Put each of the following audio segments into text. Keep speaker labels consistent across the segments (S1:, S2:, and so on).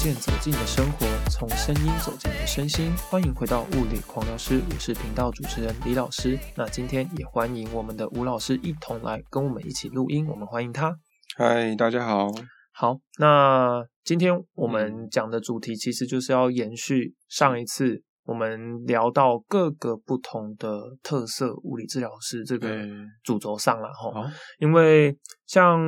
S1: 电走进你的生活，从声音走进你的身心。欢迎回到物理狂聊师，我是频道主持人李老师。那今天也欢迎我们的吴老师一同来跟我们一起录音，我们欢迎他。
S2: 嗨，大家好。
S1: 好，那今天我们讲的主题其实就是要延续上一次我们聊到各个不同的特色物理治疗师这个
S2: 嗯
S1: 主轴上了哈。
S2: 好，
S1: 因为像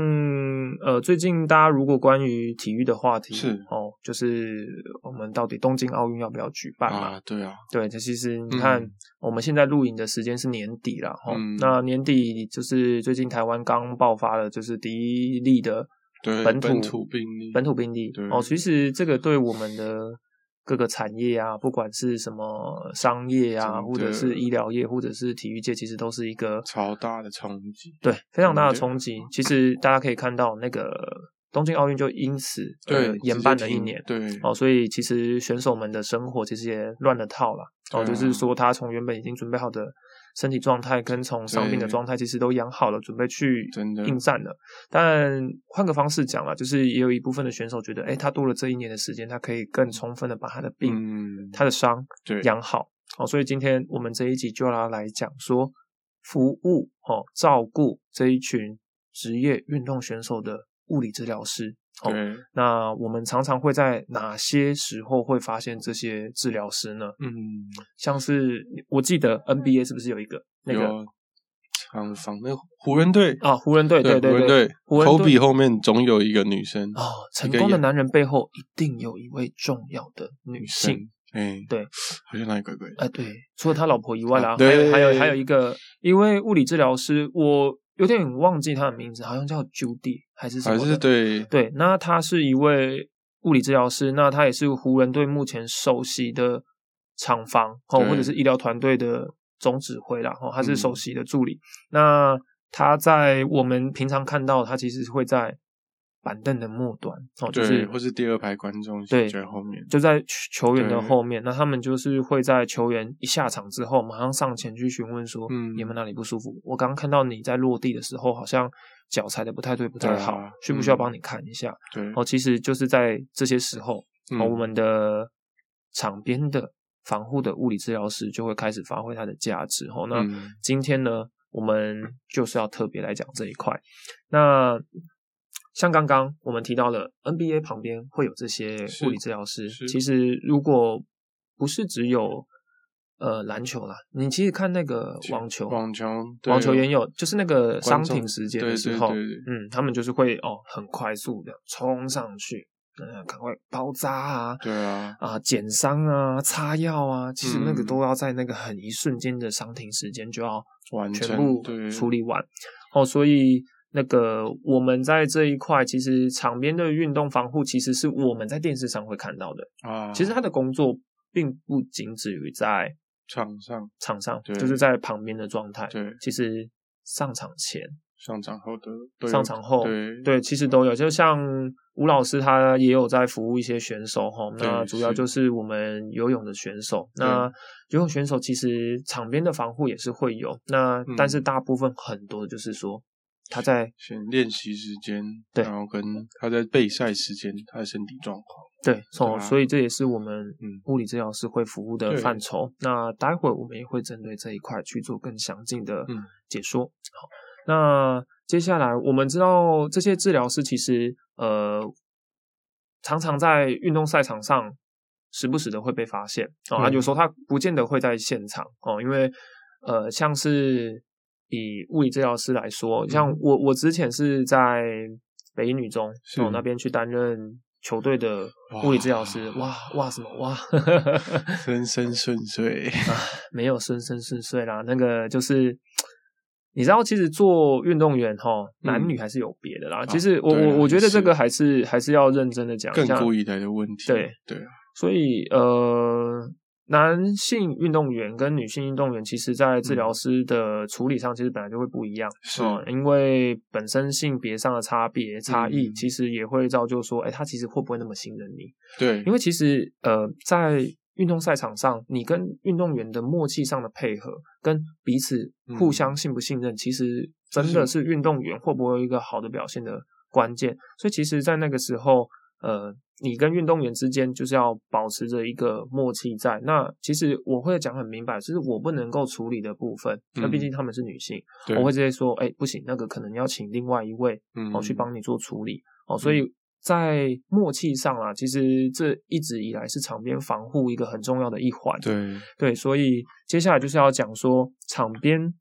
S1: 呃，最近大家如果关于体育的话题
S2: 是
S1: 哦，就是我们到底东京奥运要不要举办嘛？
S2: 啊，对啊，
S1: 对，这其实你看，
S2: 嗯
S1: 我们现在录影的时间是年底了哈、哦
S2: 嗯
S1: 那年底就是最近台湾刚爆发了，就是第一例的
S2: 对，
S1: 本
S2: 本
S1: 土
S2: 土病例，
S1: 本土病例
S2: 对
S1: 哦。其实这个对我们的各个产业啊，不管是什么商业
S2: 真
S1: 啊，
S2: 的
S1: 或者是医疗业，或者是体育界，其实都是一个
S2: 超大的冲击。
S1: 对，非常大的
S2: 嗯
S1: 冲击。其实大家可以看到，那个东京奥运就因此呃
S2: 对，
S1: 延
S2: 直接
S1: 办了一
S2: 停
S1: 年
S2: 对，
S1: 哦，所以其实选手们的生活其实也乱了套了哦，
S2: 对
S1: 就
S2: 啊
S1: 是说他从原本已经准备好的身体状态跟从伤病的
S2: 对
S1: 状态，其实都养好了，准备去
S2: 真的
S1: 应战了。但换个方式讲了，就是也有一部分的选手觉得，哎，他多了这一年的时间，他可以更充分的把他的病、
S2: 嗯，
S1: 他的伤
S2: 对，
S1: 养好。哦，所以今天我们这一集就要来讲说服务哦，照顾这一群职业运动选手的物理治疗师。哦，
S2: 对，
S1: 那我们常常会在哪些时候会发现这些治疗师呢？
S2: 嗯，
S1: 像是我记得 NBA 是不是有一个那个
S2: 有厂房那个湖人队，
S1: 啊湖人队？对
S2: 湖人
S1: 对，
S2: 队，
S1: 湖人
S2: 科
S1: 队
S2: 比后面总有一个女生
S1: 哦，成
S2: 一个
S1: 功的
S2: 演
S1: 男人背后一定有一位重要的女性。，
S2: 哎，
S1: 对，
S2: 好像哪里怪怪的，
S1: 啊，对，除了他老婆以外啦，
S2: 啊
S1: 还有
S2: 对
S1: 还有还有一个，一位物理治疗师，我有点忘记他的名字，好像叫 Judy 还是什么
S2: 还
S1: 的
S2: 是对，
S1: 对，那他是一位物理治疗师，那他也是湖人队目前首席的厂房哦，
S2: 对
S1: 或者是医疗团队的总指挥啦，哦，他是
S2: 嗯
S1: 首席的助理。那他在我们平常看到他其实会在板凳的末端哦，就
S2: 对，
S1: 是
S2: 或是第二排观众
S1: 对
S2: 就在后面，
S1: 就在球员的
S2: 对
S1: 后面，那他们就是会在球员一下场之后，马上上前去询问说，
S2: 嗯
S1: 有没有哪里不舒服？我刚刚看到你在落地的时候，好像脚踩的不太对，不太
S2: 对啊
S1: 好，需不需要
S2: 嗯
S1: 帮你看一下？
S2: 对，
S1: 哦，其实就是在这些时候，
S2: 嗯
S1: 哦，我们的场边的防护的物理治疗师就会开始发挥它的价值。哦，那
S2: 嗯
S1: 今天呢，我们就是要特别来讲这一块。那像刚刚我们提到了 NBA 旁边会有这些
S2: 是
S1: 物理治疗师，
S2: 是
S1: 其实如果不是只有呃篮球啦，你其实看那个网球，
S2: 网球，对
S1: 网球也有，就是那个商
S2: 观众
S1: 品时间的
S2: 对
S1: 时
S2: 对
S1: 候，
S2: 对对
S1: 嗯，他们就是会哦很快速的冲上去，呃，赶快包扎啊，
S2: 对 啊，
S1: 啊，减伤啊，擦药啊，其实那个
S2: 嗯
S1: 都要在那个很一瞬间的伤停时间就要
S2: 完
S1: 全
S2: 成
S1: 部
S2: 对
S1: 处理完。哦，所以那个我们在这一块，其实场边的运动防护其实是我们在电视上会看到的。
S2: 啊，
S1: 其实他的工作并不仅止于在
S2: 场上
S1: 场上，
S2: 对
S1: 就是在旁边的状态。
S2: 对
S1: 其实上场前、
S2: 上场后的队友
S1: 上场后，
S2: 对
S1: 对，其实都有。就像吴老师他也有在服务一些选手哈，
S2: 对
S1: 那主要
S2: 是
S1: 就是我们游泳的选手。
S2: 对
S1: 那游泳选手其实场边的防护也是会有，那、
S2: 嗯
S1: 但是大部分很多就是说他在
S2: 先练习时间，
S1: 对
S2: 然后跟他在备赛时间他的身体状况，
S1: 对，
S2: 对
S1: 哦，
S2: 啊
S1: 所以这也是我们
S2: 嗯
S1: 物理治疗师会服务的
S2: 对
S1: 范畴。那待会我们也会针对这一块去做更详尽的
S2: 嗯
S1: 解说。好，那接下来我们知道这些治疗师其实呃，常常在运动赛场上时不时的会被发现哦，啊，
S2: 嗯
S1: 有时候他不见得会在现场哦，因为呃，像是以物理治疗师来说，像
S2: 嗯
S1: 我我之前是在北一女中
S2: 是
S1: 哦那边去担任球队的物理治疗师，哇
S2: 哇
S1: 哇什么哇，
S2: 生生顺遂，
S1: 没有顺顺顺遂啦，那个就是。你知道，其实做运动员哈，男
S2: 嗯
S1: 女还是有别的啦。其实我
S2: 对啊
S1: 我我觉得
S2: 是
S1: 这个还是还是要认真的讲一
S2: 更
S1: 下，
S2: 古以来的问题，
S1: 对
S2: 对啊，
S1: 所以呃，男性运动员跟女性运动员，其实在治疗师的处理上，其实本来就会不一样，
S2: 嗯是
S1: 哦因为本身性别上的差别差异，
S2: 嗯
S1: 其实也会造就说，哎、他其实会不会那么信任你？
S2: 对，
S1: 因为其实呃，在运动赛场上，你跟运动员的默契上的配合，跟彼此
S2: 嗯
S1: 互相信不信任，其实真的是运动员会不会有一个好的表现的关键。所以其实，在那个时候，呃，你跟运动员之间就是要保持着一个默契在。那其实我会讲很明白，就是我不能够处理的部分，那毕
S2: 嗯
S1: 竟她们是女性，
S2: 对，嗯
S1: 我会直接说，哎、不行，那个可能要请另外一位哦去帮你做处理哦，所以。在默契上啊啦，其实这一直以来是场边防护一个很重要的一环。
S2: 对，
S1: 对，所以接下来就是要讲说场边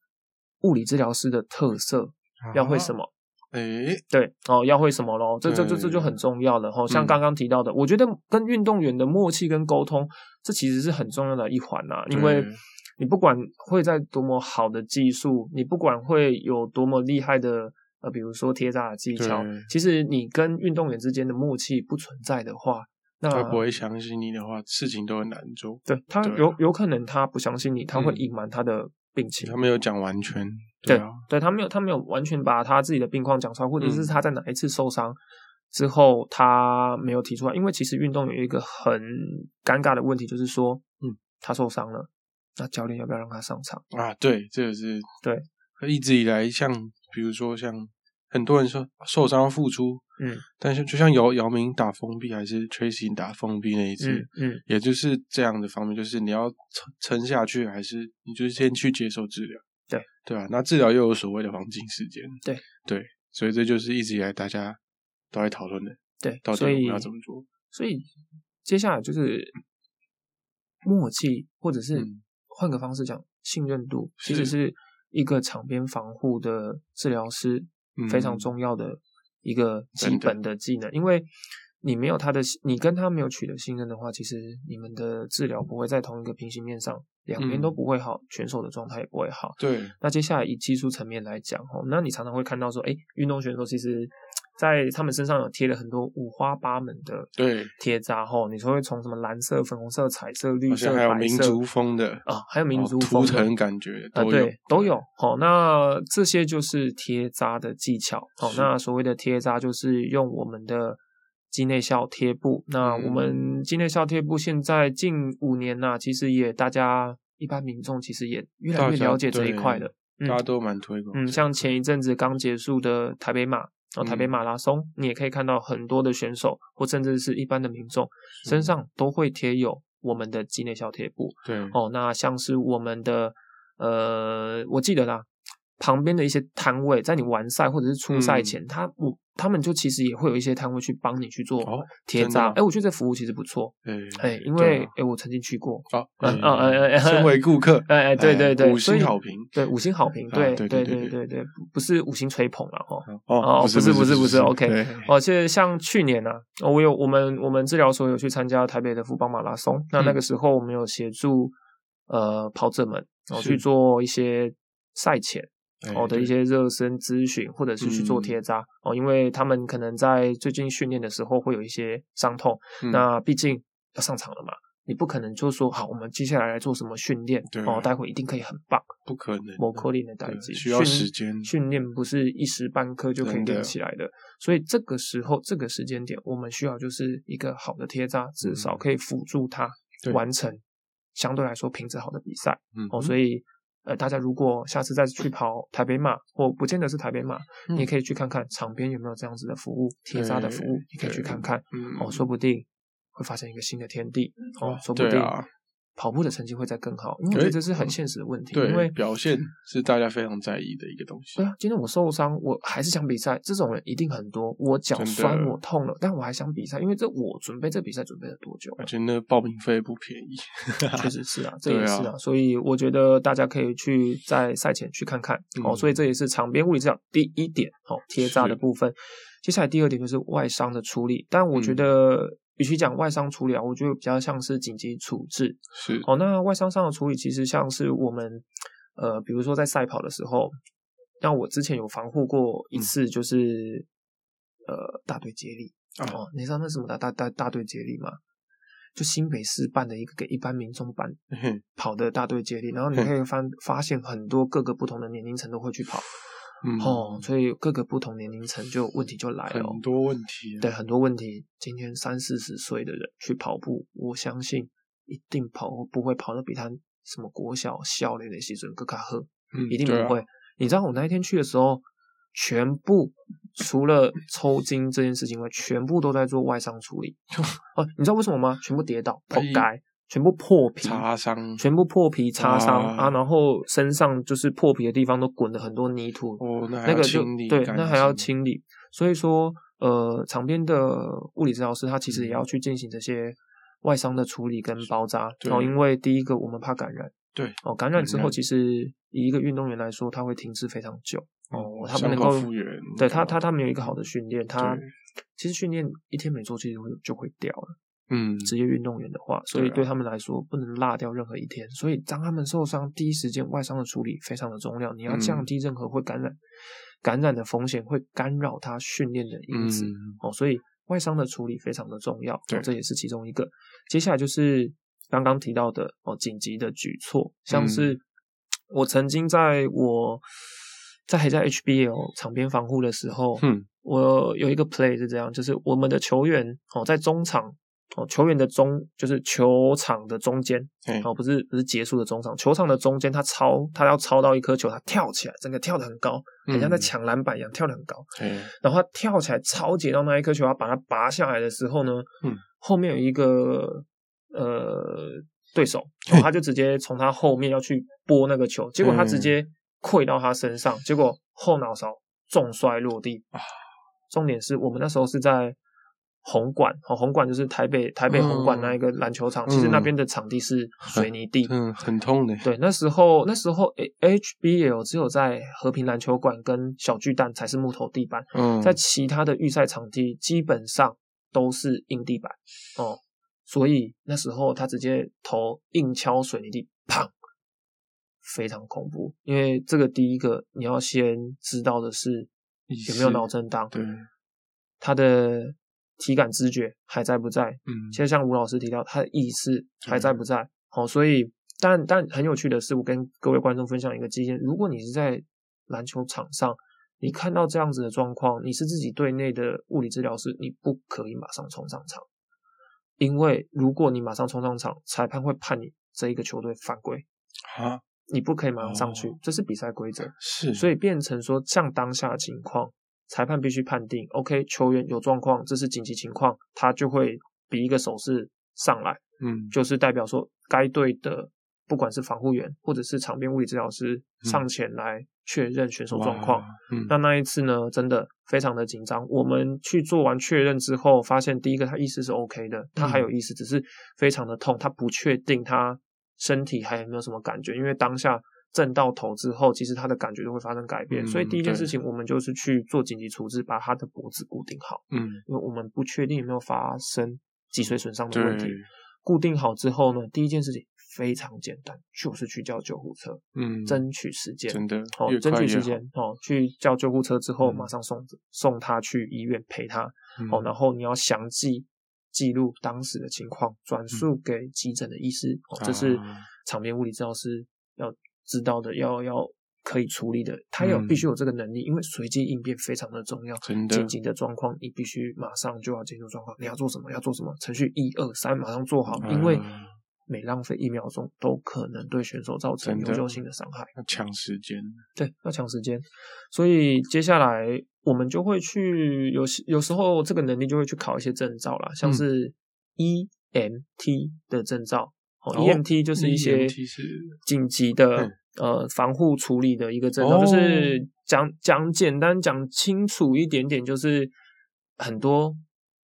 S1: 物理治疗师的特色要会什
S2: 么？
S1: 么。
S2: 哎，
S1: 对哦，要会什么咯？这这这这就
S2: 对
S1: 很重要了哈。哦像
S2: 嗯
S1: 刚刚提到的，我觉得跟运动员的默契跟沟通，这其实是很重要的一环啦、因为
S2: 对
S1: 你不管会在多么好的技术，你不管会有多么厉害的呃，比如说贴扎的技巧
S2: 对，
S1: 其实你跟运动员之间的默契不存在的话，那
S2: 他不会相信你的话，事情都很难做。
S1: 对他
S2: 对
S1: 有有可能他不相信你，他会
S2: 嗯
S1: 隐瞒他的病情。
S2: 他没有讲完全，
S1: 对
S2: 啊，
S1: 对他没有，他没有完全把他自己的病况讲出来，或者是
S2: 嗯
S1: 他在哪一次受伤之后，他没有提出来。因为其实运动有一个很尴尬的问题，就是说，嗯，他受伤了，那教练要不要让他上场？
S2: 啊，对，这个是
S1: 嗯对。
S2: 一直以来像，比如说像很多人说受伤要付出，
S1: 嗯，
S2: 但是就像姚姚明打封闭还是 Tracy 打封闭那一次，
S1: 嗯嗯，
S2: 也就是这样的方面，就是你要撑撑下去，还是你就是先去接受治疗？
S1: 对
S2: 对啊，那治疗又有所谓的黄金时间，
S1: 对
S2: 对，所以这就是一直以来大家都在讨论的，
S1: 对
S2: 到，底
S1: 所
S2: 我们
S1: 以
S2: 要怎么做？
S1: 所以接下来就是默契，或者是
S2: 嗯
S1: 换个方式讲，信任度，其实
S2: 是
S1: 是一个场边防护的治疗师
S2: 嗯
S1: 非常重要的一个基
S2: 真的
S1: 本的技能，因为你没有他的信，你跟他没有取得信任的话，其实你们的治疗不会在同一个平行面上，两边
S2: 嗯
S1: 都不会好，选手的状态也不会好。
S2: 对，
S1: 那接下来以技术层面来讲哦，那你常常会看到说，哎，运动选手其实，在他们身上有贴了很多五花八门的
S2: 对
S1: 贴扎吼，你说会从什么蓝色、粉红色、彩色、绿
S2: 好
S1: 色、
S2: 像还有
S1: 白
S2: 民
S1: 色
S2: 族风的
S1: 啊，还有民
S2: 哦
S1: 族
S2: 图
S1: 风的
S2: 腾感觉
S1: 啊，
S2: 都有
S1: 对，都有。好、那这些就是贴扎的技巧。好、
S2: 是
S1: 那所谓的贴扎就是用我们的肌内效贴布。那我
S2: 嗯
S1: 们肌内效贴布现在近五年呐、其实也大家一般民众其实也越来越
S2: 大家
S1: 了解这一块的。嗯
S2: 大家都蛮推广的。
S1: 嗯，像前一阵子刚结束的台北马，然后台北
S2: 嗯
S1: 马拉松，你也可以看到很多的选手或甚至是一般的民众
S2: 是
S1: 身上都会贴有我们的肌内效贴布。
S2: 对
S1: 哦，那像是我们的呃，我记得啦，旁边的一些摊位，在你完赛或者是初赛
S2: 嗯
S1: 前，他我他们就其实也会有一些摊位去帮你去做
S2: 哦
S1: 贴
S2: 真的
S1: 扎。
S2: 吗
S1: 哎、我觉得这服务其实不错，
S2: 对
S1: 哎、因
S2: 对
S1: 为哎
S2: 啊、
S1: 诶我曾经去过，
S2: 好
S1: 嗯嗯嗯嗯嗯
S2: 身为顾客，
S1: 哎、哎，对对对，
S2: 五
S1: 所以
S2: 星好评
S1: 对五星好评，
S2: 啊
S1: 对、
S2: 对
S1: 对
S2: 对对
S1: 对对，不不是五星吹捧了哈。哦
S2: 哦
S1: 不是
S2: 不
S1: 不是不
S2: 不
S1: 是，OK
S2: 对
S1: 哦，其实像去年呢、啊，我有我们我们治疗所有去参加台北的富邦马拉松，那那
S2: 嗯
S1: 个时候我们有协助呃跑者们，然后
S2: 是
S1: 去做一些赛前
S2: 哎
S1: 哦的
S2: 对
S1: 一些热身咨询，或者是去做
S2: 嗯
S1: 贴扎、哦，因为他们可能在最近训练的时候会有一些伤痛，
S2: 嗯
S1: 那毕竟要上场了嘛。你不可能就说好，我们接下来来做什么训练
S2: 对
S1: 哦，待会一定可以很棒，
S2: 不可能，
S1: 某颗粒的代
S2: 对
S1: 际
S2: 需要
S1: 训
S2: 时间
S1: 训练不是一时半刻就可以
S2: 真的
S1: 练起来的，所以这个时候这个时间点，我们需要就是一个好的贴扎，至少可以辅助他
S2: 嗯对
S1: 完成相对来说品质好的比赛
S2: 嗯
S1: 哦。所以呃，大家如果下次再去跑台北马，或不见得是台北马，
S2: 嗯
S1: 你可以去看看场边有没有这样子的服务，贴扎的服务
S2: 对，
S1: 你可以去
S2: 对
S1: 看看
S2: 嗯
S1: 哦，说不定会发现一个新的天地哦
S2: 啊，
S1: 说不
S2: 对
S1: 定
S2: 啊嗯
S1: 跑步的成绩会再更好，因为我觉得这是很现实的问题，因为
S2: 对表现是大家非常在意的一个东西
S1: 对。啊，今天我受伤，我还是想比赛，这种人一定很多。我脚
S2: 真的
S1: 酸，我痛了，但我还想比赛，因为这我准备这比赛准备了多久
S2: 而
S1: 了？
S2: 且那报名费不便宜，
S1: 确实是啊，这也
S2: 对
S1: 是啊，所以我觉得大家可以去在赛前去看看、哦。
S2: 嗯
S1: 所以这也是场边物理治疗第一点哦，贴扎的
S2: 是
S1: 部分。接下来第二点就是外伤的处理，但我觉
S2: 嗯
S1: 得，与其讲外伤处理啊，我觉得比较像是紧急处置。
S2: 是
S1: 哦，那外伤上的处理其实像是我们呃，比如说在赛跑的时候，那我之前有防护过
S2: 嗯
S1: 一次，就是、呃大队接力
S2: 啊
S1: 哦，你知道那是什么大大大大队接力吗？就新北市办的一个给一般民众办
S2: 嘿嘿
S1: 跑的大队接力，然后你
S2: 嗯
S1: 可以发发现很多各个不同的年龄层都会去跑、
S2: 嗯
S1: 哦，所以各个不同年龄层就问题就来了哦、
S2: 很多问题啊，
S1: 对很多问题，今天三四十岁的人去跑步，我相信一定跑不会跑得比他什么国小校内的时阵更加好，
S2: 嗯
S1: 一定
S2: 对啊
S1: 不会。你知道我那一天去的时候，全部除了抽筋这件事情外，全部都在做外伤处 理。哦、你知道为什么吗？全部跌倒，
S2: 哎
S1: 扑街，全部破皮，
S2: 擦伤，
S1: 全部破皮擦伤
S2: 哇
S1: 啊，然后身上就是破皮的地方都滚了很多泥土，
S2: 哦，那还
S1: 那
S2: 要
S1: 个就
S2: 清理干
S1: 对
S2: 净，，
S1: 那还要清理。所以说，呃，场边的物理治疗师他其实
S2: 嗯
S1: 也要去进行这些外伤的处理跟包扎。
S2: 对
S1: 然后，因为第一个我们怕感染，
S2: 对
S1: 哦，感染之
S2: 感
S1: 后，
S2: 染
S1: 其实以一个运动员来说，他会停滞非常久。哦，他不
S2: 嗯伤
S1: 能
S2: 口
S1: 够
S2: 复原，哦
S1: 对他，他他没有一个好的训练，他
S2: 对
S1: 其实训练一天没做，其实会就会掉了。
S2: 嗯，
S1: 职业运动员的话，所以
S2: 对啊
S1: 对他们来说不能落掉任何一天。所以当他们受伤，第一时间外伤的处理非常的重要，你要
S2: 嗯
S1: 降低任何会感染、感染的风险，会干扰他训练的因子、
S2: 嗯，
S1: 哦。所以外伤的处理非常的重要，哦
S2: 对、
S1: 这也是其中一个。接下来就是刚刚提到的哦，紧急的举措，
S2: 嗯
S1: 像是、我曾经在我在还在 HBL 场边防护的时候，
S2: 哼，
S1: 我有一个 play 是这样，就是我们的球员哦，在中场哦，球员的中就是球场的中间
S2: 哎，
S1: 哦，不是不是结束的中场，球场的中间，他超他要超到一颗球，他跳起来，整个跳得很高，很像在
S2: 嗯，
S1: 抢篮板一样，跳得很高。
S2: 哎，
S1: 然后他跳起来超解到那一颗球，要把它拔下来的时候呢，
S2: 嗯，
S1: 后面有一个呃对手，哦、他就直接从他后面要去拨那个球，结果他直
S2: 嗯
S1: 接溃到他身上，结果后脑勺重摔落地。
S2: 啊
S1: 重点是我们那时候是在。红馆，哦，红馆就是台北台北红馆
S2: 嗯
S1: 那一个篮球场，其实那
S2: 嗯
S1: 边的场地是水泥地，
S2: 嗯，很痛的，
S1: 对，那时候那时候 H B L 只有在和平篮球馆跟小巨蛋才是木头地板，
S2: 嗯，
S1: 在其他的预赛场地基本上都是硬地板哦，所以那时候他直接头硬敲水泥地，砰，非常恐怖。因为这个第一个你要先知道的是
S2: 意
S1: 有没有
S2: 识
S1: 脑震荡，
S2: 对，
S1: 他的体感知觉还在不在，
S2: 嗯，
S1: 其实像吴老师提到，他的意识还
S2: 对
S1: 在不在？好、所以但但很有趣的是，我跟各位观众分享一个经验：如果你是在篮球场上，你看到这样子的状况，你是自己队内的物理治疗师，你不可以马上冲上场，因为如果你马上冲上场，裁判会判你这一个球队犯规，
S2: 啊，
S1: 你不可以马上上去，
S2: 哦
S1: 这是比赛规则。
S2: 是，
S1: 所
S2: 以
S1: 以变成说，像当下的情况，裁判必须判定，OK，球员有状况，这是紧急情况，他就会比一个手势上来，
S2: 嗯，
S1: 就是代表说该队的不管是防护员或者是场边物理治疗师
S2: 嗯
S1: 上前来确认选手状况。
S2: 哇，嗯，
S1: 那那一次呢，真的非常的紧张。我们去做完确认之后，发现第一个他意识是 OK 的，他
S2: 嗯
S1: 还有意识，只是非常的痛，他不确定他身体还有没有什么感觉，因为当下震到头之后，其实他的感觉都会发生改变。
S2: 嗯
S1: 所以第一件
S2: 对
S1: 事情，我们就是去做紧急处置，把他的脖子固定好，
S2: 嗯，
S1: 因为我们不确定有没有发生脊髓损伤的问题
S2: 对。，
S1: 固定好之后呢，第一件事情非常简单，就是去叫救护车，
S2: 嗯，
S1: 争取时间。
S2: 真的，
S1: 哦
S2: 越，
S1: 争
S2: 快
S1: 取
S2: 越
S1: 时
S2: 好，
S1: 间哦，去叫救护车之后，
S2: 嗯
S1: 马上送送他去医院陪他哦，
S2: 嗯
S1: 然后你要详细记录当时的情况，转述给急诊的医师哦，这是
S2: 嗯啊
S1: 场边物理治疗师要知道的，要要可以处理的，他要
S2: 嗯
S1: 必须有这个能力，因为随机应变非常的重要。
S2: 真的
S1: 紧，急的状况，你必须马上就要进入状况，你要做什么？要做什么？程序一二三，马上做好，因为
S2: 嗯
S1: 每浪费一秒钟都可能对选手造成
S2: 真的
S1: 永久性的伤害。
S2: 要抢时间，
S1: 对，要抢时间，所以接下来我们就会去有时有时候这个能力就会去考一些证照啦，像
S2: 嗯
S1: 是 EMT 的证照，哦
S2: 哦
S1: e m t 就是一些
S2: EMT 是
S1: 紧急的、
S2: 嗯
S1: 呃防护处理的一个证照，
S2: 哦
S1: 就是讲讲简单讲清楚一点点，就是很多。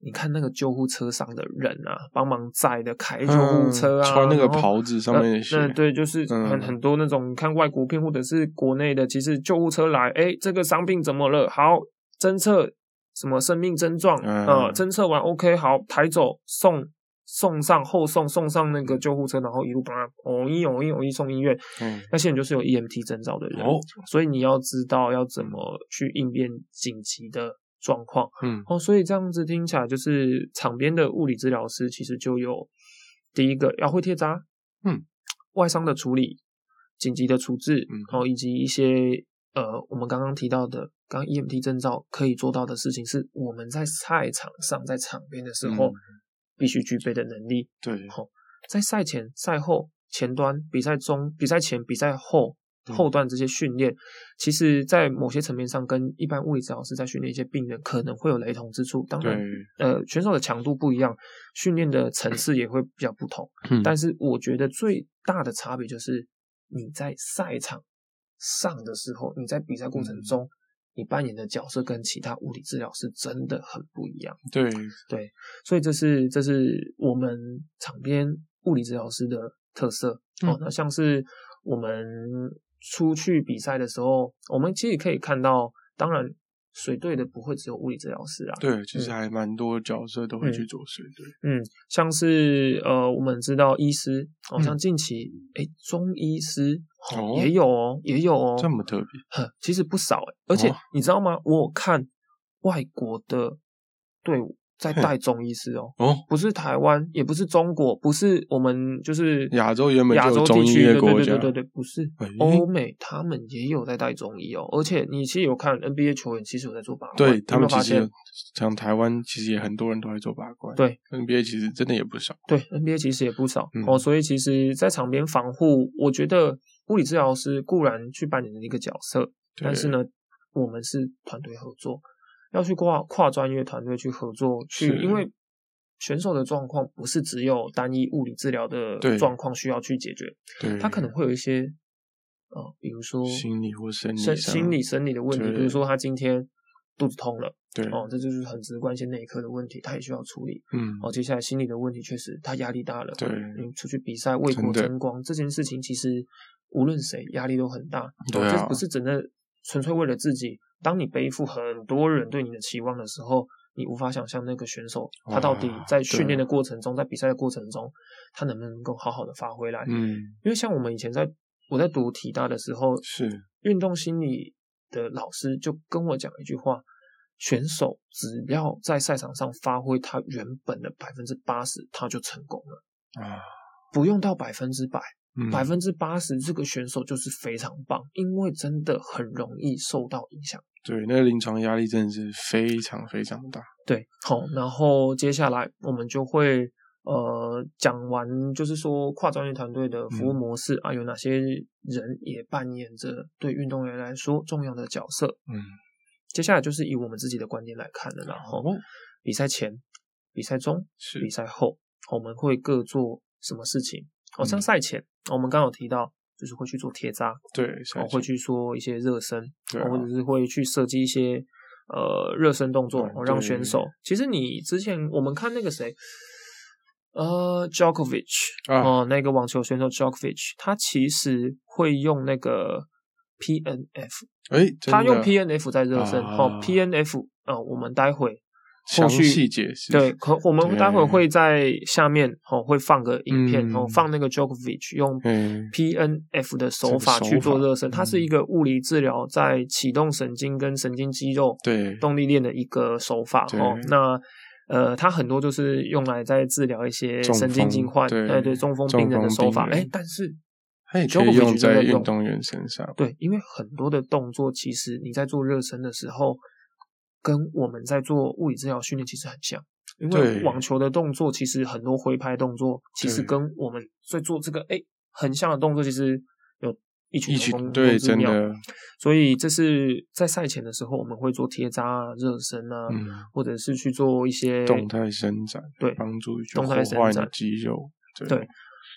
S1: 你看那个救护车上的人啊，帮忙载的开救护车啊，
S2: 嗯穿那个
S1: 然后
S2: 袍子上面的血，
S1: 呃那那对，就是很、
S2: 嗯
S1: 很多那种，你看外国片或者是国内的，其实救护车来，哎，这个伤病怎么了？好，侦测什么生命症状，
S2: 嗯
S1: 呃，侦测完 OK，好，抬走送。送上后送送上那个救护车，然后一路把他哦一哦一哦一送医院。
S2: 嗯，
S1: 那些人就是有 E EMT 征兆的人，
S2: 哦，
S1: 所以你要知道要怎么去应变紧急的状况。
S2: 嗯，
S1: 哦，所以这样子听起来，就是场边的物理治疗师其实就有第一个要会贴扎，
S2: 嗯，
S1: 外伤的处理、紧急的处置，
S2: 嗯
S1: 然后以及一些呃我们刚刚提到的，刚刚 EMT 证照可以做到的事情，是我们在赛场上在场边的时候
S2: 嗯
S1: 必须具备的能力。
S2: 对，
S1: 在赛前、赛后、前端、比赛中、比赛前、比赛后
S2: 嗯
S1: 后段这些训练，其实在某些层面上跟一般物理治疗师在训练一些病人可能会有雷同之处。当
S2: 对
S1: 然，，呃，选手的强度不一样，训练的层次也会比较不同。
S2: 嗯
S1: 但是我觉得最大的差别就是你在赛场上的时候，你在比赛过
S2: 嗯
S1: 程中，你扮演的角色跟其他物理治疗师真的很不一样。
S2: 对，
S1: 所以这是这是我们场边物理治疗师的特色、
S2: 嗯
S1: 哦。那像是我们出去比赛的时候，我们其实可以看到，当然水队的不会只有物理治疗师啊，
S2: 对，其实还蛮多角色都会去做水队，
S1: 嗯，像是呃，我们知道医师，好、
S2: 嗯
S1: 像近期诶中医师、
S2: 哦
S1: 也有哦，也有哦，
S2: 这么特别，
S1: 呵其实不少诶而且、
S2: 哦
S1: 你知道吗？我有看外国的队伍在
S2: 嘿
S1: 带中医师哦，
S2: 哦，
S1: 不是台湾，也不是中国，不是我们就是
S2: 亚洲原本就
S1: 亚
S2: 有
S1: 洲
S2: 中
S1: 地
S2: 医
S1: 区
S2: 的
S1: 对
S2: 国
S1: 对
S2: 家
S1: 对对哦对，不是
S2: 哎
S1: 欧美，他们也有在带中医哦。而且你其实有看 NBA 球员，其实有在做把关，
S2: 对
S1: 你有
S2: 他
S1: 没有
S2: 们其
S1: 发
S2: 实有
S1: 现？
S2: 像台湾，其实也很多人都在做把关，
S1: 对
S2: ，NBA 其实真的也不少，
S1: 对 NBA 其实也不少、
S2: 嗯
S1: 哦，所以其实，在场边防护，我觉得物理治疗师固然去扮演一个角色，
S2: 对
S1: 但是，呢，我们是团队合作，要去跨跨专业团队去合作，去
S2: 是
S1: 因为选手的状况不是只有单一物理治疗的
S2: 对
S1: 状况需要去解决，
S2: 对，
S1: 他可能会有一些呃，比如说
S2: 心理或生理
S1: 身
S2: 上
S1: 心理生理的问题，
S2: 对
S1: 比如说他今天肚子痛了，
S2: 对，
S1: 哦，这就是很直观一些内科的问题，他也需要处理。
S2: 嗯，
S1: 哦，接下来心理的问题确实他压力大了，
S2: 对
S1: 你出去比赛为国
S2: 真的
S1: 争光这件事情，其实无论谁压力都很大，
S2: 对
S1: 哦
S2: 啊
S1: 这不是真的纯粹为了自己。当你背负很多人对你的期望的时候，你无法想象那个选手他到底
S2: 哇
S1: 在训练
S2: 对
S1: 的过程中，在比赛的过程中，他能不能够好好的发挥来。
S2: 嗯，
S1: 因为像我们以前在我在读体大的时候，
S2: 是
S1: 运动心理的老师就跟我讲一句话：选手只要在赛场上发挥他原本的百分之八十，他就成功了，
S2: 啊，
S1: 不用到百分之百，
S2: 嗯
S1: 百分之八十这个选手就是非常棒，因为真的很容易受到影响。
S2: 对，那个临床压力真的是非常非常大，
S1: 对，好，然后接下来我们就会呃讲完，就是说跨专业团队的服务
S2: 嗯
S1: 模式、啊，有哪些人也扮演着对运动员来说重要的角色。
S2: 嗯，
S1: 接下来就是以我们自己的观点来看了啦，然后
S2: 哦
S1: 比赛前、比赛中、
S2: 是
S1: 比赛后，我们会各做什么事情？哦，像
S2: 嗯
S1: 赛前，我们刚刚有提到，就是会去做贴扎，
S2: 对，
S1: 哦，
S2: 下
S1: 会
S2: 去
S1: 去做一些热身，
S2: 对
S1: 哦或
S2: 啊
S1: 者是会去设计一些呃热身动作，
S2: 嗯
S1: 哦让
S2: 对
S1: 选手。其实你之前我们看那个谁，呃，Djokovic
S2: 啊
S1: 哦，那个网球选手 Djokovic，他其实会用那个 PNF，
S2: 哎，
S1: 他
S2: 真的
S1: 用 PNF 在热身。哦
S2: 啊
S1: ，PNF 呃，我们待会
S2: 详
S1: 续
S2: 细解释，
S1: 对，可我们
S2: 对
S1: 待会会在下面哦会放个影片、
S2: 嗯
S1: 哦，放那个 Djokovic 用
S2: 嗯
S1: PNF 的手
S2: 这个
S1: 法
S2: 手
S1: 去做
S2: 法嗯
S1: 热身，它是一个物理治疗在启动神经跟神经肌肉
S2: 对，
S1: 动力链的一个手法
S2: 对
S1: 哦。那呃，它很多就是用来在治疗一些
S2: 中
S1: 神经疾
S2: 风
S1: 患，
S2: 对
S1: 哎对，中风
S2: 中
S1: 病人的
S2: 风
S1: 手法。
S2: 病人
S1: 哎，但是
S2: 它也可以
S1: Djokovic
S2: 用
S1: 就
S2: 在
S1: 用
S2: 运动员身上，
S1: 对，因为很多的动作其实你在做热身的时候，跟我们在做物理治疗训练其实很像。因为
S2: 对
S1: 网球的动作其实很多挥拍动作，其实
S2: 对
S1: 跟我们在做这个哎横向的动作，其实有异曲
S2: 一起
S1: 同工
S2: 对，
S1: 之
S2: 真
S1: 妙。
S2: 的，
S1: 所以这是在赛前的时候，我们会做贴扎啊、热身啊，
S2: 嗯，
S1: 或者是去做一些
S2: 动态伸展，
S1: 对
S2: 帮助去
S1: 动态
S2: 活
S1: 伸
S2: 化你
S1: 展
S2: 的肌肉，对
S1: 对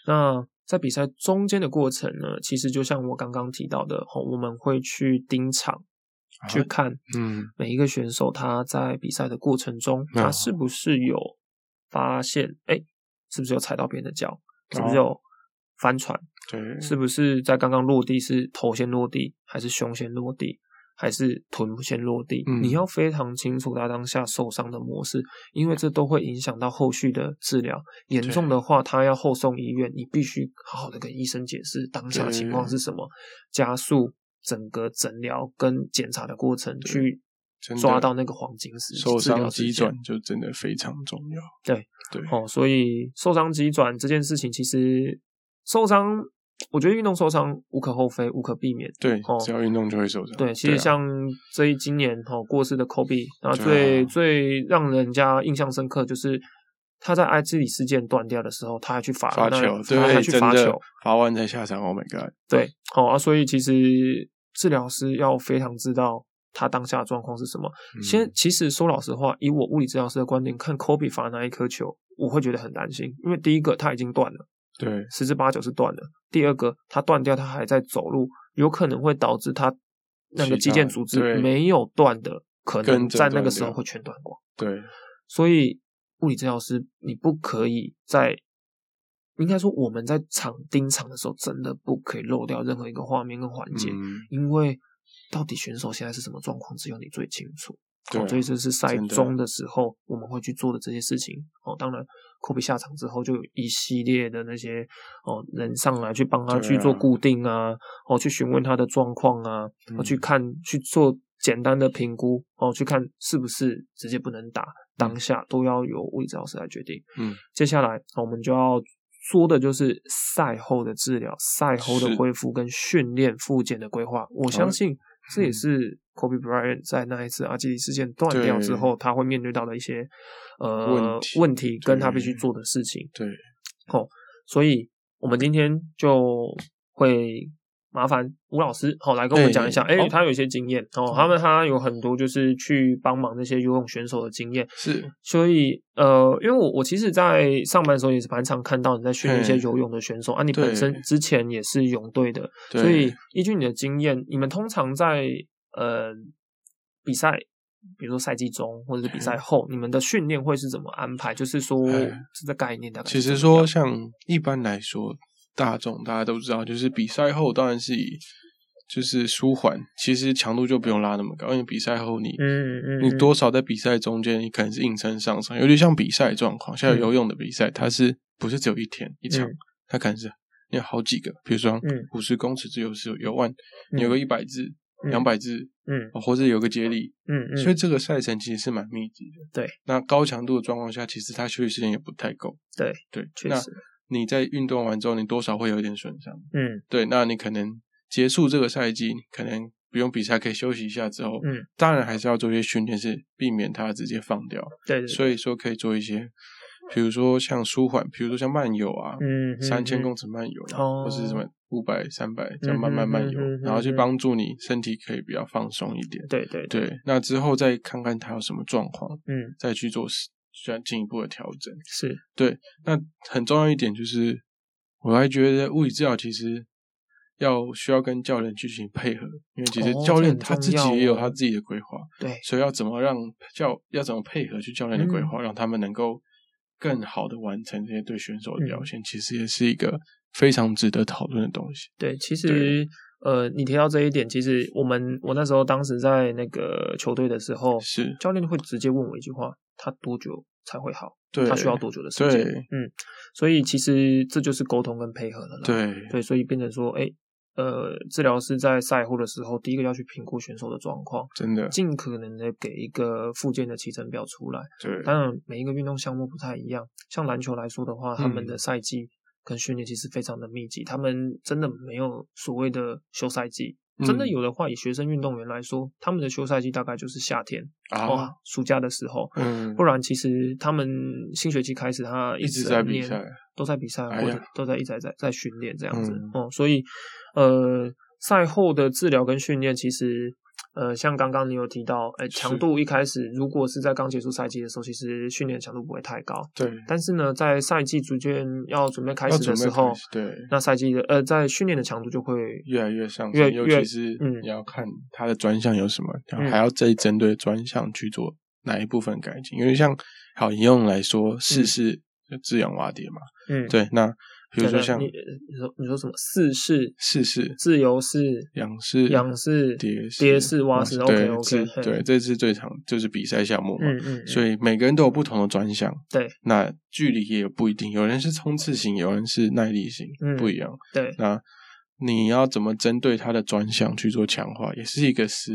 S1: 那在比赛中间的过程呢，其实就像我刚刚提到的，吼我们会去盯场，
S2: 啊
S1: 去看
S2: 嗯，
S1: 每一个选手他在比赛的过程中，他
S2: 哦
S1: 是不是有发现，哎，是不是有踩到别人的脚，是不是
S2: 哦
S1: 有翻船，
S2: 对，
S1: 是不是在刚刚落地是头先落地，还是胸先落地，还是臀先落地？
S2: 嗯
S1: 你要非常清楚他当下受伤的模式，因为这都会影响到后续的治疗。严重的话，他要后送医院，你必须好好的跟医生解释当下
S2: 对
S1: 情况是什么，加速整个诊疗跟检查的过程，去
S2: 真的
S1: 抓到那个黄金时
S2: 受
S1: 治疗
S2: 伤
S1: 时
S2: 急
S1: 间
S2: 转就真的非常重要，
S1: 对
S2: 对，
S1: 哦，所以受伤急转这件事情，其实受伤，我觉得运动受伤无可厚非，无可避免。
S2: 对
S1: 哦，
S2: 只要运动就会受伤，
S1: 对，其实
S2: 啊
S1: 像这一今年哦过世的 Kobe，那
S2: 对啊
S1: 最、最让人家印象深刻就是他在埃兹里事件断掉的时候，他还去罚
S2: 罚
S1: 那
S2: 球，
S1: 他还
S2: 对，
S1: 去
S2: 真
S1: 罚
S2: 的
S1: 球，
S2: 罚完才下场。Oh my god！
S1: 对，好、啊，所以其实治疗师要非常知道他当下的状况是什么。
S2: 嗯
S1: 先，其实说老实话，以我物理治疗师的观点，看科比罚那一颗球，我会觉得很担心，因为第一个他已经断了，
S2: 对
S1: 十之八九是断了；第二个他断掉，他还在走路，有可能会导致他那个肌
S2: 其他
S1: 腱组织
S2: 啊对
S1: 没有断的，可能
S2: 跟着
S1: 在那个
S2: 断
S1: 时候
S2: 掉
S1: 会全断光。
S2: 对，
S1: 所以物理治疗师，你不可以在，应该说我们在场盯场的时候，真的不可以漏掉任何一个画面跟环节，
S2: 嗯，
S1: 因为到底选手现在是什么状况，只有你最清楚。
S2: 对
S1: 哦，
S2: 啊
S1: 所以这是赛
S2: 真的
S1: 中的时候我们会去做的这些事情。哦，当然，科比下场之后就有一系列的那些哦人上来去帮他
S2: 对啊
S1: 去做固定啊，哦去询问他的状况啊，
S2: 嗯
S1: 哦去看去做简单的评估，哦去看是不是直接不能打，当下都要由物理治疗师来决定。
S2: 嗯，
S1: 接下来哦我们就要。说的就是赛后的治疗、赛后的
S2: 是
S1: 恢复跟训练复健的规划。我相
S2: 好
S1: 信这也
S2: 嗯
S1: 是 Kobe Bryant 在那一次阿基里事件断
S2: 对
S1: 掉之后，他会面对到的一些呃
S2: 问题
S1: 跟他必须
S2: 对
S1: 做的事情。
S2: 对，
S1: 所以我们今天就会麻烦吴老师，好、来跟我们讲一下，哎、
S2: 哎好嗯
S1: 他有一些经验哦，他们他有很多就是去帮忙那些游泳选手的经验，
S2: 是
S1: 所以呃，因为我我其实，在上班的时候也是蛮常看到你在训练一些
S2: 嘿
S1: 游泳的选手啊，你本
S2: 对
S1: 身之前也是泳队的，
S2: 对
S1: 所以依据你的经验，你们通常在呃比赛，比如说赛季中或者是比赛后，你们的训练会是怎么安排？就是说
S2: 哎
S1: 这个概念大概
S2: 其
S1: 是
S2: 实
S1: 怎么样
S2: 说，像一般来说，大众大家都知道，就是比赛后当然是以就是舒缓，其实强度就不用拉那么高，因为比赛后你、
S1: 嗯嗯，
S2: 你多少在比赛中间，你可能是硬撑上场，尤其像比赛状况，像
S1: 嗯
S2: 游泳的比赛，它是不是只有一天一场？
S1: 嗯
S2: 它可能是你有好几个，比如说
S1: 嗯
S2: 五十公尺自由式游万，
S1: 嗯
S2: 你有个一百字、
S1: 嗯
S2: 两百字，
S1: 嗯
S2: 哦或者有个接力，
S1: 嗯嗯，
S2: 所以这个赛程其实是蛮密集的。
S1: 对，
S2: 那高强度的状况下，其实他休息时间也不太够。
S1: 对
S2: 对，
S1: 确
S2: 那
S1: 实，
S2: 你在运动完之后，你多少会有一点损伤。
S1: 嗯
S2: 对，那你可能结束这个赛季，你可能不用比赛，可以休息一下之后，
S1: 嗯，
S2: 当然还是要做一些训练，是避免它直接放掉。
S1: 对对，
S2: 所以说可以做一些，比如说像舒缓，比如说像漫游啊，
S1: 嗯
S2: 三千公
S1: 尺，
S2: 尺漫游啊，
S1: 哦
S2: 或是什么五百、三百这样慢慢
S1: 嗯哼
S2: 慢游，
S1: 嗯哼
S2: 然后
S1: 嗯
S2: 去
S1: 哼
S2: 帮助你身体可以比较放松一点。
S1: 对对，
S2: 对，那之后再看看他有什么状况，
S1: 嗯
S2: 再去做是再进一步的调整。
S1: 是，
S2: 那很重要一点就是，我还觉得物理治疗其实要需要跟教练去进行配合，因为其实
S1: 哦
S2: 教
S1: 这
S2: 练
S1: 很
S2: 他
S1: 重
S2: 自己
S1: 要
S2: 也有
S1: 哦
S2: 他自己的规划，
S1: 对
S2: 所以要怎么让教要怎么配合去教练的规
S1: 嗯
S2: 划，让他们能够更好的完成这些对选手
S1: 嗯
S2: 的表现，其实也是一个非常值得讨论的东西。
S1: 对，其实。呃，你提到这一点，其实我们我那时候当时在那个球队的时候，
S2: 是
S1: 教练会直接问我一句话：他多久才会好？
S2: 对，
S1: 他需要多久的时间？
S2: 对
S1: 嗯，所以其实这就是沟通跟配合了啦。
S2: 对
S1: 对，所以变成说，哎、呃，治疗师在赛后的时候，第一个要去评估选手的状况，
S2: 真 的
S1: 尽可能的给一个附件的起程表出来。
S2: 对
S1: 当然，每一个运动项目不太一样，像篮球来说的话，他们
S2: 嗯
S1: 的赛季跟训练其实非常的密集，他们真的没有所谓的休赛季。真的
S2: 嗯
S1: 有的话，以学生运动员来说，他们的休赛季大概就是夏天
S2: 啊
S1: 哦，，暑假的时候，
S2: 嗯，
S1: 不然其实他们新学期开始，他
S2: 一直
S1: 整
S2: 在比
S1: 年
S2: 赛，
S1: 都在比赛，啊
S2: 哎
S1: 或
S2: 呀
S1: 者都在一直在在在训练这样子
S2: 嗯
S1: 哦、所以呃，赛后的治疗跟训练其实。呃，像刚刚你有提到，哎、强
S2: 是
S1: 度一开始如果是在刚结束赛季的时候，其实训练强度不会太高。
S2: 对，
S1: 但是呢，在赛季逐渐要准备开
S2: 要
S1: 始的
S2: 准备
S1: 时候
S2: 开始，对，
S1: 那赛季的呃，在训练的强度就会
S2: 越来越上
S1: 越
S2: 升，尤
S1: 越
S2: 其是
S1: 嗯
S2: 你要看他的专项有什么，然后
S1: 嗯
S2: 还要再针对专项去做哪一部分改进。因为像好引用来说，四式就自养蛙蝶嘛，
S1: 嗯，
S2: 对，那比如
S1: 真的
S2: 说像
S1: 你你说你说什么四式、
S2: 四式、
S1: 自由式、
S2: 仰式、
S1: 仰式、
S2: 蝶
S1: 蝶式、蛙式
S2: 式
S1: ，OK
S2: 对
S1: OK，
S2: 这对，这是最常就是比赛项目嘛，
S1: 嗯嗯，
S2: 所
S1: 以
S2: 以每个人都有不同的专项，
S1: 对
S2: 那距离也不一定，有人是冲刺型，有人是耐力型，
S1: 嗯
S2: 不一样。
S1: 对，
S2: 那你要怎么针对他的专项去做强化，也是一个思，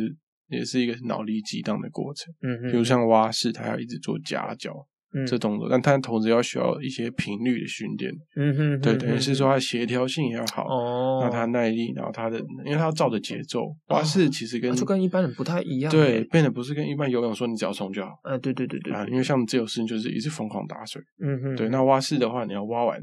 S2: 也是一个脑力激荡的过程。
S1: 嗯嗯，
S2: 比如像蛙式，他要一直做夹角，
S1: 嗯
S2: 这动作，但他同时要需要一些频率的训练，
S1: 嗯哼，
S2: 对，
S1: 嗯
S2: 等于是
S1: 哼
S2: 说他协调性也要好，
S1: 哦，
S2: 那他耐力，然后他的，因为他要照着节奏，蛙
S1: 哦
S2: 式其实跟
S1: 啊就跟一般人不太一样，
S2: 对，，变得不是跟一般游泳说你只要冲就好
S1: 哎，对对对对，
S2: 啊，因为像自由式就是一直疯狂打水，
S1: 嗯哼，
S2: 对，那蛙式的话你要蛙完，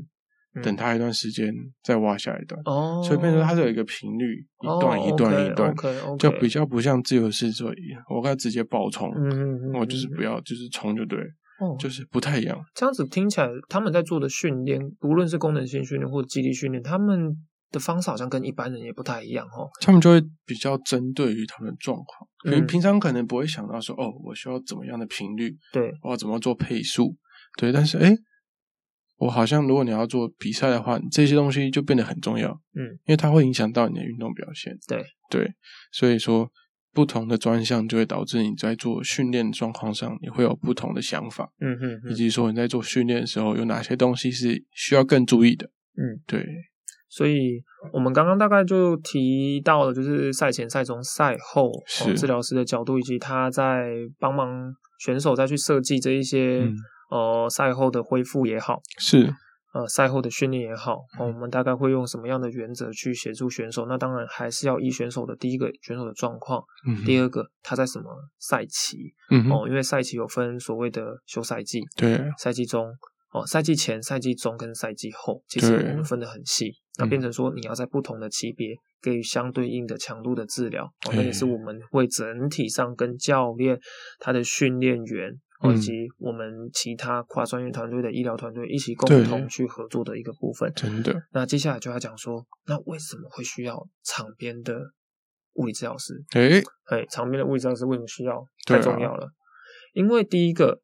S1: 嗯
S2: 等它一段时间再蛙下一段，
S1: 哦，
S2: 所以变成它是有一个频率，一段一段一段，
S1: ，OK OK，
S2: 就比较不像自由式说我该直接爆冲，
S1: 嗯哼嗯哼，
S2: 我就是不要就是冲就对，
S1: 哦，
S2: 就是不太一样。
S1: 这样子听起来，他们在做的训练，无论是功能性训练或肌力训练，他们的方式好像跟一般人也不太一样哦。
S2: 他们就会比较针对于他们的状况，可能
S1: 嗯
S2: 平常可能不会想到说，哦，我需要怎么样的频率，
S1: 对，
S2: 我要哦怎么做配速，对。但是，哎，我好像如果你要做比赛的话，这些东西就变得很重要，
S1: 嗯，
S2: 因为它会影响到你的运动表现，
S1: 对
S2: 对。所以说，不同的专项就会导致你在做训练状况上，你会有不同的想法，
S1: 嗯哼
S2: 以
S1: 哼，
S2: 及说你在做训练的时候有哪些东西是需要更注意的，
S1: 嗯，
S2: 对，
S1: 所以我们刚刚大概就提到了，就是赛前、赛中、赛后、哦
S2: 是、
S1: 治疗师的角度，以及他在帮忙选手再去设计这一些、
S2: 嗯
S1: 呃赛后的恢复也好，
S2: 是
S1: 呃赛后的训练也好、哦，
S2: 嗯
S1: 我们大概会用什么样的原则去协助选手？那当然还是要依选手的第一个选手的状况，
S2: 嗯哼
S1: 第二个他在什么赛期。
S2: 嗯哼，
S1: 哦，因为赛期有分所谓的休赛季、
S2: 对，
S1: 赛季中、哦赛季前、赛季中跟赛季后，其实
S2: 对
S1: 我们分得很细。那
S2: 嗯
S1: 变成说，你要在不同的级别给予相对应的强度的治疗，哦，那
S2: 对
S1: 也是我们会整体上跟教练、他的训练员。哦
S2: 嗯
S1: 以及我们其他跨专业团队的医疗团队一起共
S2: 对
S1: 同去合作的一个部分。
S2: 真的。
S1: 那接下来就要讲说，那为什么会需要场边的物理治疗师？
S2: 诶，
S1: 哎，场边的物理治疗师为什么需要？
S2: 对
S1: 太
S2: 啊
S1: 重要了。因为第一个，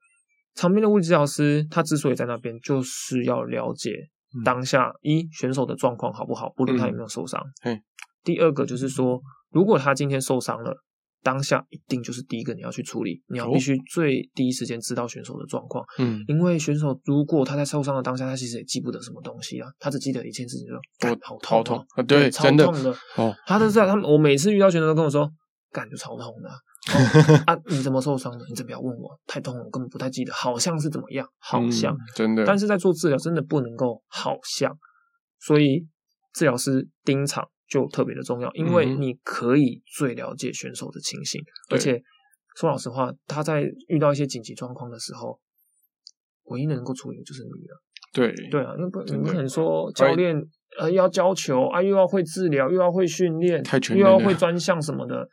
S1: 场边的物理治疗师他之所以在那边，就是要了解
S2: 嗯
S1: 当下、一选手的状况好不好，不论他有没有受伤。
S2: 嘿
S1: 第二个就是说，如果他今天受伤了。当下一定就是第一个你要去处理，你要
S2: 哦
S1: 必须最第一时间知道选手的状况，
S2: 嗯，
S1: 因为选手如果他在受伤的当下，他其实也记不得什么东西啊，他只记得一件事情就是，
S2: 我
S1: 干好痛、
S2: 头
S1: 哦，
S2: 痛啊，对，
S1: 超
S2: 真的
S1: 痛的
S2: 哦，
S1: 他都是在他们，我每次遇到选手都跟我说，感觉超痛的 啊、哦啊！你怎么受伤的？你怎么要问我？太痛了，我根本不太记得，好像是怎么样，好像。
S2: 嗯真的，
S1: 但是在做治疗真的不能够好像，所以治疗师盯场就特别的重要，因为
S2: 嗯哼
S1: 你可以最了解选手的情形，
S2: 对
S1: 而且说老实话，他在遇到一些紧急状况的时候。唯一能够处理的就是你了，
S2: 对
S1: 对啊，那不你
S2: 真
S1: 不
S2: 的
S1: 可能说教练呃又要教球啊，又要会治疗，又要会训练，
S2: 太全
S1: 又
S2: 能
S1: 要
S2: 了
S1: 会专项什么的，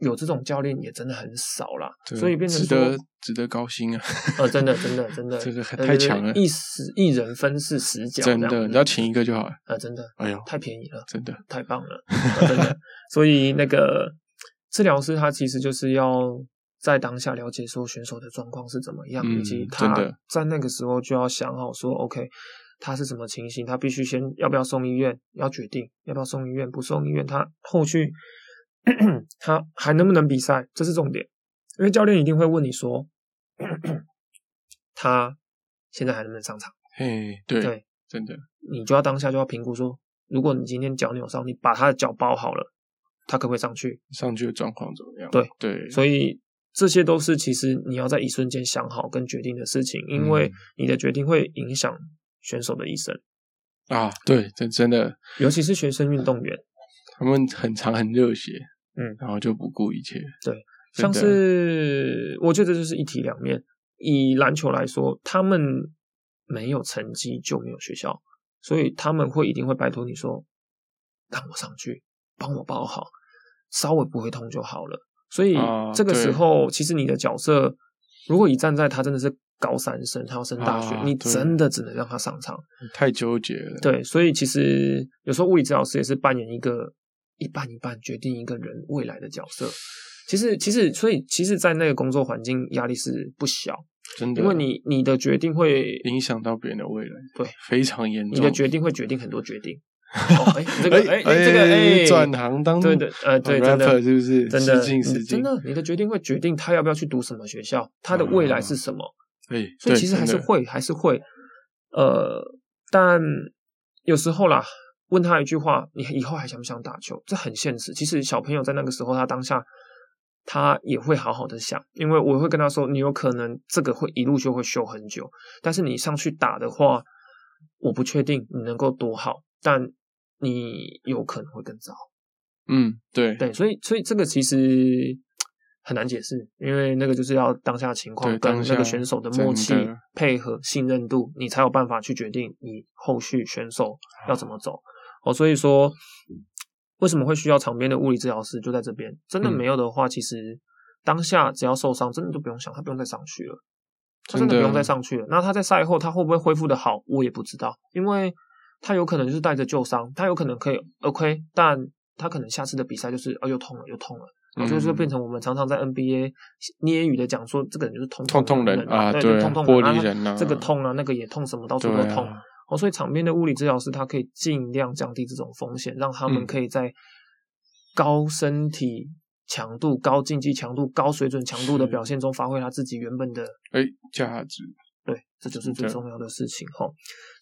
S1: 有这种教练也真的很少啦，
S2: 对
S1: 所以变成
S2: 值
S1: 说
S2: 得值得高兴啊，
S1: 呃，真的，真的，真的，
S2: 这个很
S1: 对
S2: 太
S1: 对对
S2: 强了
S1: 一时一人分饰十角，
S2: 真的，你只要请一个就好了。
S1: 啊，真的
S2: 哎呦，
S1: 太便宜了，
S2: 真的，
S1: 太棒了， 呃真的。所以那个治疗师他其实就是要在当下了解说选手的状况是怎么样，以
S2: 嗯
S1: 及
S2: 真
S1: 他
S2: 的
S1: 在那个时候就要想好说，OK，他是什么情形，他必须先要不要送医院，要决定要不要送医院，不送医院，他后续 他还能不能比赛，这是重点，因为教练一定会问你说， 他现在还能不能上场？
S2: 嘿，对，
S1: 对
S2: 真的，
S1: 你就要当下就要评估说，如果你今天脚扭伤，你把他的脚包好了，他可不可以上去？
S2: 上去的状况怎么样？
S1: 对
S2: 对，
S1: 所以这些都是其实你要在一瞬间想好跟决定的事情，因为你的决定会影响选手的一生，
S2: 啊，对，真真的，
S1: 尤其是学生运动员，
S2: 他们很长很热血，
S1: 嗯
S2: 然后就不顾一切，真
S1: 像
S2: 的
S1: 是我觉得这就是一体两面。以篮球来说，他们没有成绩就没有学校，所以他们会一定会拜托你说，让我上去，帮我包好，稍微不会痛就好了。所以
S2: 啊
S1: 这个时
S2: 对
S1: 候，其实你的角色，如果你站在他真的是高三生，他要升大学，
S2: 啊
S1: 你
S2: 对
S1: 真的只能让他上场。
S2: 太纠结了。
S1: 对，所以其实有时候物理治疗师也是扮演一个一半一半决定一个人未来的角色。其实，其实，所以，其实，在那个工作环境压力是不小，
S2: 真的，
S1: 因为你你的决定会，
S2: 影响到别人的未来，
S1: 对，
S2: 非常严重。
S1: 你的决定会决定很多决定。哦哎，这个，哎，
S2: 哎
S1: 哎这个，哎，
S2: 转行当哎
S1: 对的，呃，对，真的
S2: rapper 是不是
S1: 真的，
S2: 失敬
S1: 你
S2: 失
S1: 真
S2: 敬
S1: 的，你的决定会决定他要不要去读什么学校，他的未来是什么。
S2: 哎，
S1: 所以
S2: 对
S1: 其实还是
S2: 真的
S1: 会，还是会，呃，但有时候啦，问他一句话，你以后还想不想打球？这很现实。其实小朋友在那个时候，他当下他也会好好的想，因为我会跟他说，你有可能这个会一路就会修很久，但是你上去打的话，我不确定你能够多好，但你有可能会更糟。
S2: 嗯，对，
S1: 对，所以所以这个其实很难解释，因为那个就是要当下情况
S2: 对
S1: 跟
S2: 当下
S1: 那个选手的默契
S2: 真的、
S1: 配合、信任度，你才有办法去决定你后续选手要怎么走。哦，所以说为什么会需要场边的物理治疗师，就在这边。真的
S2: 嗯
S1: 没有的话，其实当下只要受伤，真的就不用想，他不用再上去了。他真
S2: 真
S1: 的
S2: 的
S1: 不用再上去了。那他在赛后他会不会恢复的好，我也不知道，因为他有可能就是带着旧伤，他有可能可以 OK，但他可能下次的比赛就是哦又痛了又痛了，然后就是
S2: 嗯
S1: 变成我们常常在 NBA 捏语的讲说这个人就是痛
S2: 痛
S1: 痛
S2: 痛人啊，
S1: 对，就
S2: 啊
S1: 痛痛
S2: 玻
S1: 啊
S2: 璃
S1: 他
S2: 人呐，
S1: 这个痛啊那个也痛，什么到处
S2: 对
S1: 都
S2: 啊
S1: 痛。哦，所以场边的物理治疗师他可以尽量降低这种风险，让他们
S2: 嗯
S1: 可以在高身体强度、高竞技强度、高水准强度的
S2: 是
S1: 表现中发挥他自己原本的
S2: 哎，价值
S1: 对，这就是最
S2: 对
S1: 重要的事情哈。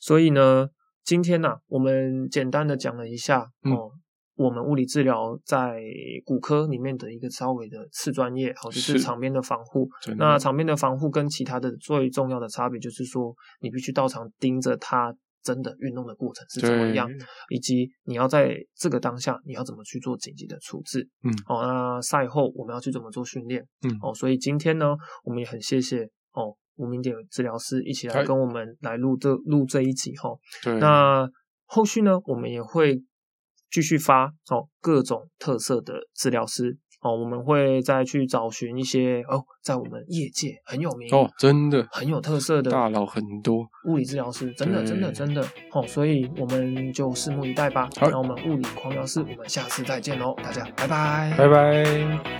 S1: 所以呢，今天呢、我们简单的讲了一下
S2: 嗯
S1: 哦，我们物理治疗在骨科里面的一个稍微的次专业，好、就是
S2: 是
S1: 场边的防护。
S2: 真的
S1: 那场边的防护跟其他的最重要的差别就是说，你必须到场盯着他真的运动的过程是怎么
S2: 对
S1: 样，以及你要在这个当下你要怎么去做紧急的处置。
S2: 嗯
S1: 哦，那赛后我们要去怎么做训练？
S2: 嗯
S1: 哦，所以今天呢，我们也很谢谢哦吴明典治疗师一起来
S2: 哎
S1: 跟我们来录这录这一集哈、哦。
S2: 对
S1: 那后续呢，我们也会继续发哦各种特色的治疗师哦，我们会再去找寻一些哦，在我们业界很有名
S2: 哦，真的
S1: 很有特色的
S2: 大佬很多，
S1: 物理治疗师，真的
S2: 对
S1: 真的真的哦，所以我们就拭目以待吧。
S2: 好
S1: 那我们物理狂聊师，我们下次再见喽，大家拜拜
S2: 拜拜。